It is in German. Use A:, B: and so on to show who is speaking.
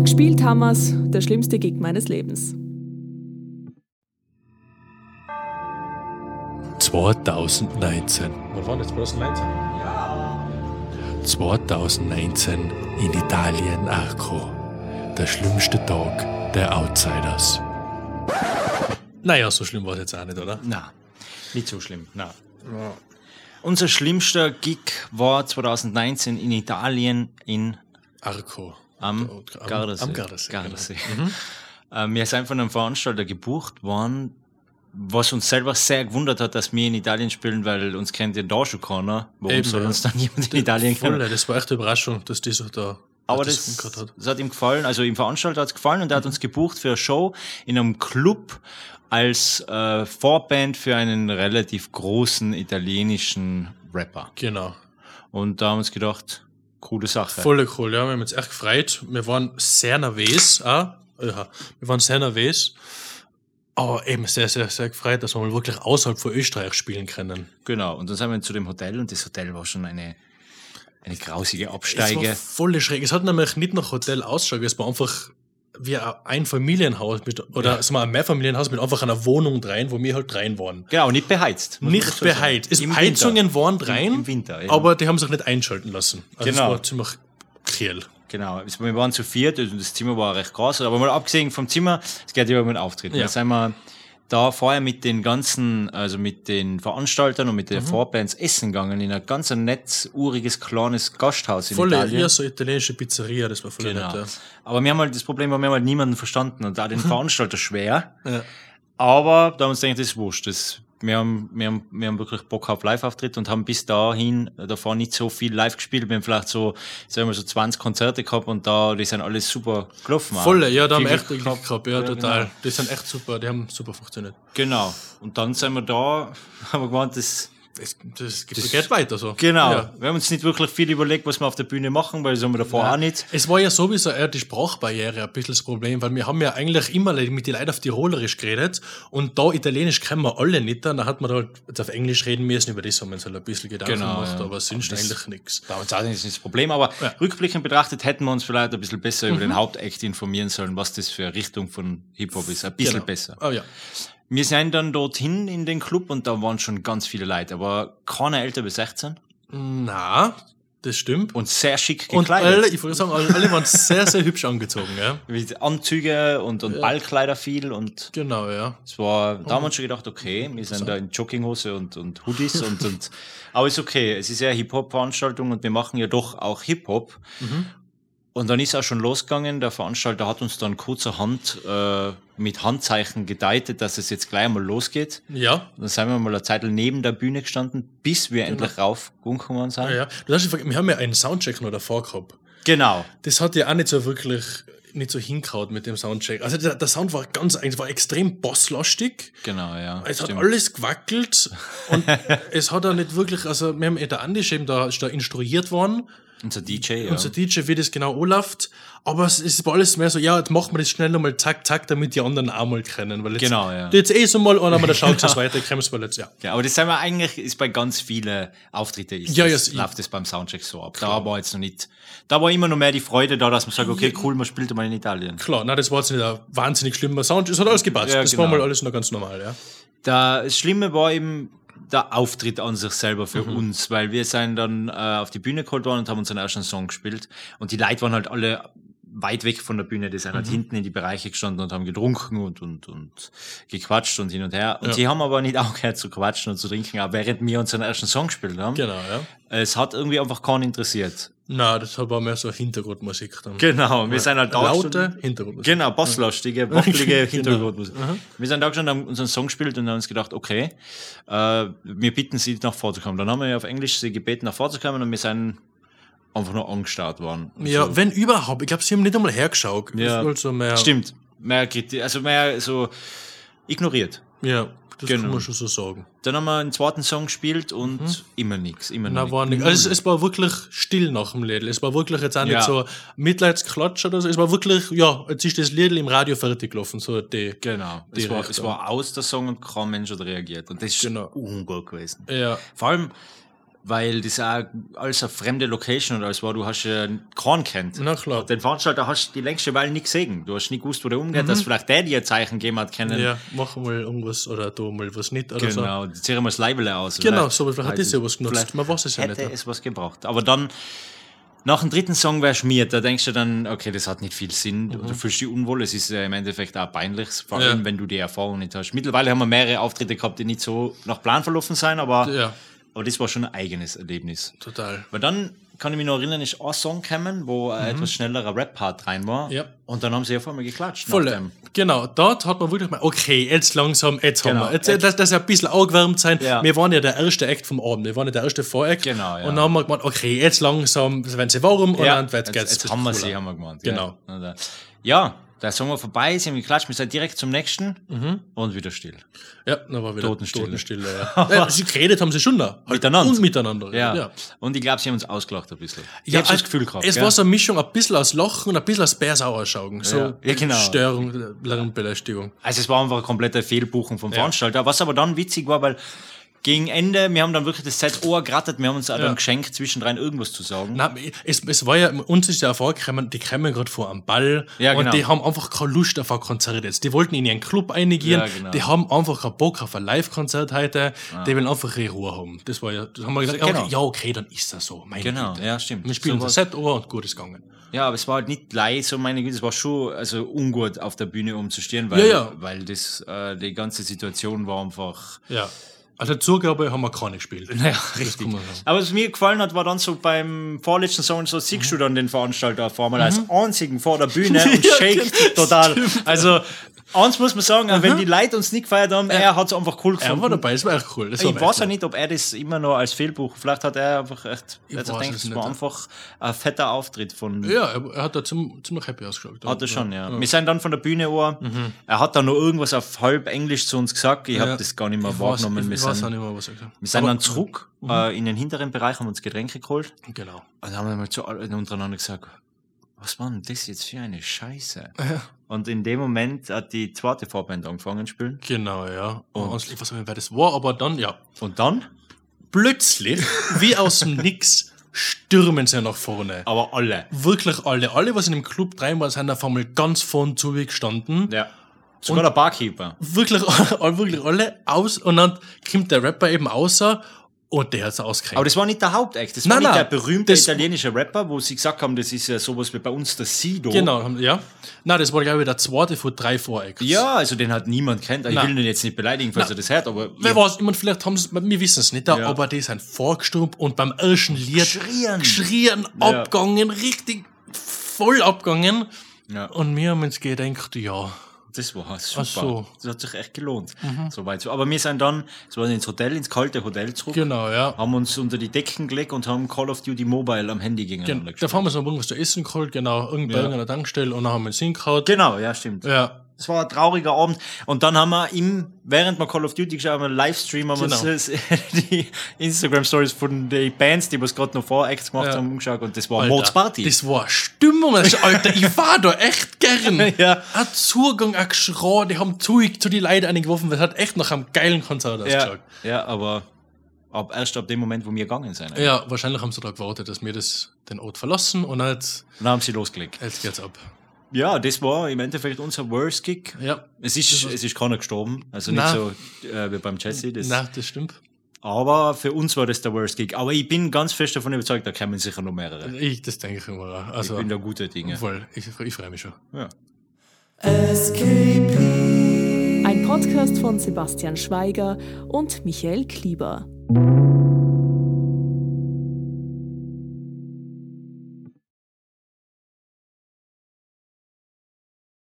A: Gespielt haben wir's, der schlimmste Gig meines Lebens.
B: 2019.
C: Wann war das? 2019?
B: 2019 in Italien, Arco. Der schlimmste Tag der Outsiders. Naja, so schlimm war es jetzt auch nicht, oder?
D: Na, nicht so schlimm. Na. Unser schlimmster Gig war 2019 in Italien in
B: Arco.
D: am
B: Dort-
D: Gardasee.
B: Am Gardasee. genau. Mhm.
D: Gardasee. Ähm, wir sind von einem Veranstalter gebucht worden, was uns selber sehr gewundert hat, dass wir in Italien spielen, weil uns kennt ja da schon keiner. Warum
B: Eben,
D: soll
B: ja.
D: uns dann jemand in
B: Genau.
D: Italien
B: Voll,
D: kennen?
B: das war echt eine Überraschung, dass die so da
D: Aber
B: das
D: das,
B: rumgehört hat.
D: das hat ihm gefallen, also im Veranstalter hat es gefallen und er hat uns gebucht für eine Show in einem Club als äh, Vorband für einen relativ großen italienischen Rapper.
B: Genau.
D: Und da haben wir uns gedacht, coole Sache.
B: Voll cool, ja. Wir haben uns echt gefreut. Wir waren sehr nervös. Auch. Ja, wir waren sehr nervös. Aber eben sehr, sehr, sehr gefreut, dass wir mal wirklich außerhalb von Österreich spielen können.
D: Genau. Und dann sind wir zu dem Hotel und das Hotel war schon eine, eine grausige
B: Es
D: Absteige.
B: war voll schräg. Es hat nämlich nicht nach Hotel ausgeschaut. Es war einfach wie ein Familienhaus mit, oder sagen wir ein Mehrfamilienhaus mit einfach einer Wohnung rein, wo wir halt rein waren.
D: Genau, nicht beheizt. muss man
B: Nicht
D: dazu sagen.
B: beheizt. Es
D: Im
B: Heizungen
D: Winter.
B: waren rein,
D: Im, im Winter, ja.
B: aber die haben sich nicht einschalten lassen. Also
D: Genau.
B: Es war ziemlich kriel.
D: Genau, Es- wir waren zu viert und das Zimmer war recht groß, aber mal abgesehen vom Zimmer, es geht über meinen Auftritt.
B: Ja.
D: Da sind wir da vorher mit den ganzen, also mit den Veranstaltern und
B: Mhm.
D: mit den Vorbands essen gegangen in ein ganz ein nettes, uriges, kleines Gasthaus in
B: Volle,
D: Italien.
B: ja, so italienische Pizzeria, das war voll
D: Genau.
B: nett.
D: Aber wir haben halt das Problem, war, wir haben halt niemanden verstanden und da den Veranstalter schwer.
B: Ja.
D: Aber da haben wir uns gedacht, das ist wurscht. Das, wir, haben, wir, haben, wir haben wirklich Bock auf Live-Auftritt und haben bis dahin äh, davor nicht so viel live gespielt. Wir haben vielleicht so, sagen wir so 20 Konzerte gehabt und da, die sind alles super gelaufen.
B: Ja.
D: auch.
B: Volle, ja, da haben
D: Viel
B: wir echt
D: Glück
B: Glück gehabt. Ja, total.
D: genau.
B: Die sind echt super, die haben super funktioniert.
D: Genau. Und dann sind wir da, haben wir gemeint, das,
B: Das, das, gibt- geht weiter so.
D: genau.
B: Ja.
D: Wir haben uns nicht wirklich viel überlegt, was wir auf der Bühne machen, weil das haben wir davor auch nicht.
B: Es war ja sowieso eher die Sprachbarriere ein bisschen das Problem, weil wir haben ja eigentlich immer mit den Leuten auf Tirolerisch geredet und da Italienisch kennen wir alle nicht, dann hat man halt jetzt auf Englisch reden müssen, über das haben wir uns halt ein bisschen Gedanken
D: Genau,
B: gemacht,
D: ja.
B: aber sonst
D: Aber das-
B: eigentlich nichts.
D: Bei uns auch nicht das Problem, aber
B: Ja. Mhm.
D: rückblickend betrachtet hätten wir uns vielleicht ein bisschen besser über den Hauptakt informieren sollen, was das für eine Richtung von Hip-Hop ist. Ein bisschen
B: Genau.
D: besser.
B: Ah, ja.
D: Wir sind dann dorthin in den Club und da waren schon ganz viele Leute, aber keiner älter als 16
B: Na, das stimmt.
D: und sehr schick
B: Und alle,
D: gekleidet.
B: ich wollte sagen, alle alle waren sehr, sehr hübsch angezogen, ja.
D: mit Anzüge und, und Ballkleider viel und
B: Genau, ja.
D: es war, da
B: Mhm.
D: haben wir uns schon gedacht, okay, wir sind da in Jogginghose und, und Hoodies und, und, aber ist okay, es ist ja eine Hip-Hop-Veranstaltung und wir machen ja doch auch Hip-Hop.
B: Mhm.
D: Und dann ist auch schon losgegangen, der Veranstalter hat uns dann kurzerhand äh, mit Handzeichen gedeutet, dass es jetzt gleich mal losgeht.
B: Ja,
D: Dann sind wir mal eine Zeit lang neben der Bühne gestanden, bis wir endlich raufgekommen sind.
B: Genau. Ah, ja, ja. Du hast dich gefragt, wir haben ja einen Soundcheck noch davor gehabt.
D: Genau.
B: Das hat ja auch nicht so wirklich nicht so hingehaut mit dem Soundcheck. Also der, der Sound war ganz, es war extrem bosslastig.
D: Genau, ja.
B: Es hat
D: stimmt.
B: alles gewackelt und es hat auch nicht wirklich, also wir haben eh der Andi ist eben da, ist da instruiert worden,
D: Unser DJ, ja.
B: unser DJ, wie das genau anläuft, aber es ist war alles mehr so, ja, jetzt machen wir das schnell nochmal zack, zack, damit die anderen auch mal kennen, weil jetzt,
D: Genau, ja.
B: jetzt eh so mal einer, aber da schaut es weiter, kommen wir jetzt, ja.
D: ja. Aber das sind wir eigentlich, ist bei ganz vielen Auftritten, ist
B: Ja,
D: das,
B: ja,
D: läuft das beim Soundcheck so ab. Da war jetzt noch nicht, da war immer noch mehr die Freude da, dass man sagt, okay, cool, man spielt mal in Italien.
B: Klar, na, das war jetzt nicht ein wahnsinnig schlimmer Sound, es hat alles gepasst,
D: Ja,
B: das war
D: genau.
B: mal alles noch ganz normal, ja.
D: Da, das Schlimme war eben der Auftritt an sich selber für
B: Mhm.
D: uns, weil wir sind dann äh, auf die Bühne geholt worden und haben unseren ersten Song gespielt und die Leute waren halt alle weit weg von der Bühne, die sind
B: Mhm.
D: halt hinten in die Bereiche gestanden und haben getrunken und, und, und gequatscht und hin und her. Und
B: Ja.
D: die haben aber nicht aufgehört zu quatschen und zu trinken, auch während wir unseren ersten Song gespielt haben.
B: Genau, ja.
D: Es hat irgendwie einfach keinen interessiert.
B: Na, das war mehr so Hintergrundmusik dann.
D: Genau, wir sind halt da
B: Laute
D: gestanden-
B: Hintergrundmusik.
D: Genau, basslastige, wackelige
B: Genau.
D: Hintergrundmusik. Wir sind da gestanden, haben unseren Song gespielt und haben uns gedacht, okay, äh, wir bitten sie nach vorzukommen. Dann haben wir auf Englisch sie gebeten, nach vorzukommen und wir sind einfach nur angestarrt worden. Also
B: Ja, wenn überhaupt. Ich glaube, sie haben nicht einmal hergeschaut.
D: Ja.
B: Das war so mehr,
D: Stimmt, mehr Kritik, also mehr so ignoriert.
B: Ja, das kann
D: Genau.
B: man schon so sagen.
D: Dann haben wir einen zweiten Song gespielt und immer nichts, immer
B: Mhm. Na,
D: nix.
B: war nicht. Also, es, es war wirklich still nach dem Lied. Es war wirklich jetzt auch
D: Ja.
B: nicht so Mitleidsklatsch oder so. Es war wirklich, ja, jetzt ist das Lied im Radio fertig gelaufen. So die,
D: Genau, es
B: Direkt
D: war, es
B: dann.
D: war aus der Song und kein Mensch hat reagut. Und das ist
B: Genau.
D: ungut gewesen.
B: ja,
D: Vor allem, weil das auch alles eine fremde Location und alles war. Du hast ja keinen kennt.
B: Na klar.
D: Den Veranstalter hast du die längste Weile nicht gesehen. Du hast nicht gewusst, wo der umgeht, dass vielleicht der dir ein Zeichen gegeben hat können.
B: Mhm. Ja, mach mal irgendwas oder tu mal was nicht oder so.
D: Genau, jetzt zieh mal das Leibele aus.
B: Genau,
D: Vielleicht-
B: so, aber vielleicht hat das ja was genutzt.
D: vielleicht
B: Man weiß es ja
D: hätte
B: nicht. ne?
D: es was gebraucht. Aber dann, nach dem dritten Song wärst du mir, da denkst du dann, okay, das hat nicht viel Sinn. Du fühlst dich unwohl, es ist ja im Endeffekt auch peinlich, vor allem
B: Mhm. Ja.
D: wenn du die Erfahrung nicht hast. Mittlerweile haben wir mehrere Auftritte gehabt, die nicht so nach Plan verlaufen sind, aber,
B: Ja,
D: aber das war schon ein eigenes Erlebnis.
B: total.
D: Weil dann kann ich mich noch erinnern, ist ein Song gekommen, wo ein etwas schnellerer Rap-Part rein war.
B: Mhm. Ja.
D: Und dann haben sie auf einmal geklatscht. nach
B: Voll.
D: dem.
B: Genau, dort hat man wirklich mal, okay, jetzt langsam, jetzt
D: Genau.
B: haben wir. Jetzt, äh, das, das ist ein bisschen angewärmt sein.
D: Ja.
B: Wir waren ja der erste Act vom Abend, wir waren ja der erste Voreck.
D: Genau, ja.
B: Und dann haben wir gemeint, okay, jetzt langsam, wenn sie warm und dann
D: jetzt,
B: weit geht's.
D: jetzt
B: Das
D: haben wir
B: ist
D: sie,
B: cooler.
D: haben wir gemeint.
B: Genau.
D: Ja, Und, äh, ja der Song war vorbei, sie haben geklatscht, wir sind direkt zum nächsten
B: Mhm.
D: und wieder still.
B: Ja, dann war wieder
D: Totenstille.
B: ja. ja, sie geredet haben sie schon noch. Halt
D: Miteinander.
B: Und miteinander.
D: Ja. Und ich glaube, sie haben uns ausgelacht ein bisschen. Ich
B: Ja,
D: habe das
B: es-
D: Gefühl gehabt.
B: Es
D: gell?
B: war so eine Mischung, ein bisschen aus Lachen und ein bisschen aus Bärsauerschaugen. So
D: Ja. Ja, genau.
B: Störung, äh, Lärmbelästigung.
D: Also es war einfach eine komplette Fehlbuchung vom Veranstalter, was aber dann witzig war, weil gegen Ende, wir haben dann wirklich das Set Ohr gerattet, wir haben uns auch dann geschenkt, zwischendrin irgendwas zu sagen.
B: Nein, es, es war ja, uns ist ja vorgekommen, die kommen gerade vor am Ball
D: Ja,
B: und
D: genau.
B: die haben einfach keine Lust auf ein Konzert jetzt. Die wollten in ihren Club einigieren,
D: Ja, genau. Ah.
B: die haben einfach keinen Bock auf ein Live-Konzert heute, die wollen einfach ihre Ruhe haben. Das war ja, das haben wir gesagt,
D: Genau.
B: ja, okay, ja, okay, dann ist das so. Meine
D: Genau,
B: Güte.
D: ja, stimmt.
B: Wir spielen
D: So
B: unser Set over und gut ist gegangen.
D: Ja, aber es war halt nicht leicht, so meine Güte, es war schon also ungut auf der Bühne umzustehen, weil,
B: Ja, ja.
D: weil das, äh, die ganze Situation war einfach.
B: Ja. Also Zugabe haben wir keine gespielt.
D: Naja,
B: Das
D: richtig.
B: kann man sagen.
D: Aber was mir gefallen hat, war dann so beim vorletzten Song so siehst du dann den Veranstalter auf einmal als einzigen vor der Bühne und
B: Mhm. Ja, genau,
D: shake total. Also eins muss man sagen, wenn die Leute uns nicht gefeiert haben, er hat es einfach cool
B: Er
D: gefunden.
B: war dabei, es war echt cool. Das war
D: ich
B: echt
D: weiß ja
B: cool.
D: nicht, ob er das immer noch als Fehlbuch, vielleicht hat er einfach echt,
B: Ich
D: er hat
B: weiß
D: denkt,
B: es
D: es
B: nicht.
D: war einfach ein fetter Auftritt von
B: Ja, er, er hat da zum, ziemlich happy ausgeschaut.
D: Hat er schon, ja. Mhm. Wir sind dann von der Bühne an. Er hat dann noch irgendwas auf halb Englisch zu uns gesagt. Ich habe
B: Ja.
D: das gar nicht mehr
B: Ich weiß-
D: wahrgenommen.
B: Ich
D: wir
B: weiß auch
D: sind,
B: nicht mehr, was er gesagt hat.
D: wir sind
B: Aber-
D: dann zurück äh, in den hinteren Bereich, haben uns Getränke geholt
B: Genau.
D: und haben dann mal zu allen untereinander gesagt, was war denn das jetzt für eine Scheiße? Und in dem Moment hat die zweite Vorband angefangen zu spielen.
B: Genau, ja. Und ich weiß nicht mehr, wer das war, aber dann, ja.
D: Und dann,
B: Plötzlich, wie aus dem Nix, stürmen sie nach vorne.
D: aber alle.
B: Wirklich alle. Alle, was in dem Club drin waren, sind auf einmal ganz vorn zugestanden.
D: Ja. Sogar der Barkeeper.
B: Wirklich, alle- wirklich alle aus. Und dann kommt der Rapper eben außer und der hat es
D: Aber
B: ausgekriegt.
D: das war nicht der Haupteck. Das war
B: Nein,
D: nicht
B: nein.
D: der berühmte
B: Das-
D: italienische Rapper, wo sie gesagt haben, das ist ja sowas wie bei uns der Sido.
B: Genau, haben- ja. Nein, das war, glaube ich, der zweite von drei Vorecks.
D: Ja, also den hat niemand kennt. Ich
B: Nein.
D: will den jetzt nicht beleidigen, falls er das hört, aber
B: Wer weiß, ich meine, vielleicht haben sie, wir wissen es nicht,
D: Ja.
B: aber die sind vorgestummt und beim ersten Lied
D: Geschrien.
B: geschrien
D: Ja.
B: abgegangen, richtig voll abgegangen.
D: Ja.
B: Und wir haben uns gedacht, ja,
D: das war super.
B: so. Mhm.
D: Das hat sich echt gelohnt. So weit so. Aber wir sind dann, es war ins Hotel, ins kalte Hotel zurück,
B: genau, ja.
D: haben uns unter die Decken gelegt und haben Call of Duty Mobile am Handy gegeneinander
B: Da haben wir uns noch irgendwas zu essen geholt, genau, irgendwo
D: Ja.
B: ja. irgendeiner Tankstelle und dann haben wir uns hingehauen.
D: Genau, ja, stimmt.
B: Ja,
D: Es war ein trauriger Abend. Und dann haben wir im, während wir Call of Duty geschaut haben, einen Livestream, haben
B: Genau.
D: uns das, die Instagram-Stories von den Bands, die was gerade noch vor Acts gemacht
B: Ja.
D: haben, umgeschaut und das war
B: Alter,
D: Mordsparty.
B: Das war Stimmung, also, Alter, ich war da echt gern.
D: Ja.
B: Ein Zugang, ein Geschrei, die haben Zeug zu die Leute eingeworfen, das hat echt nach einem geilen Konzert
D: ja,
B: ausgeschaut.
D: ja, aber ab, erst ab dem Moment, wo wir gegangen sind.
B: Ja, wahrscheinlich haben sie da gewartet, dass wir das, den Ort verlassen und jetzt,
D: Dann haben sie losgelegt.
B: jetzt geht's ab.
D: Ja, das war im Endeffekt unser Worst Gig.
B: Ja.
D: Es ist, es ist keiner gestorben, also
B: Nein.
D: nicht so äh, wie beim Jesse. Das,
B: Na, das stimmt.
D: aber für uns war das der Worst Gig. Aber ich bin ganz fest davon überzeugt, da kommen sicher noch mehrere.
B: Ich, das denke ich immer. auch.
D: Ich
B: Also,
D: bin da guter Dinge.
B: voll, ich, ich freue mich schon.
D: Ja.
A: Ein Podcast von Sebastian Schweiger und Michael Klieber.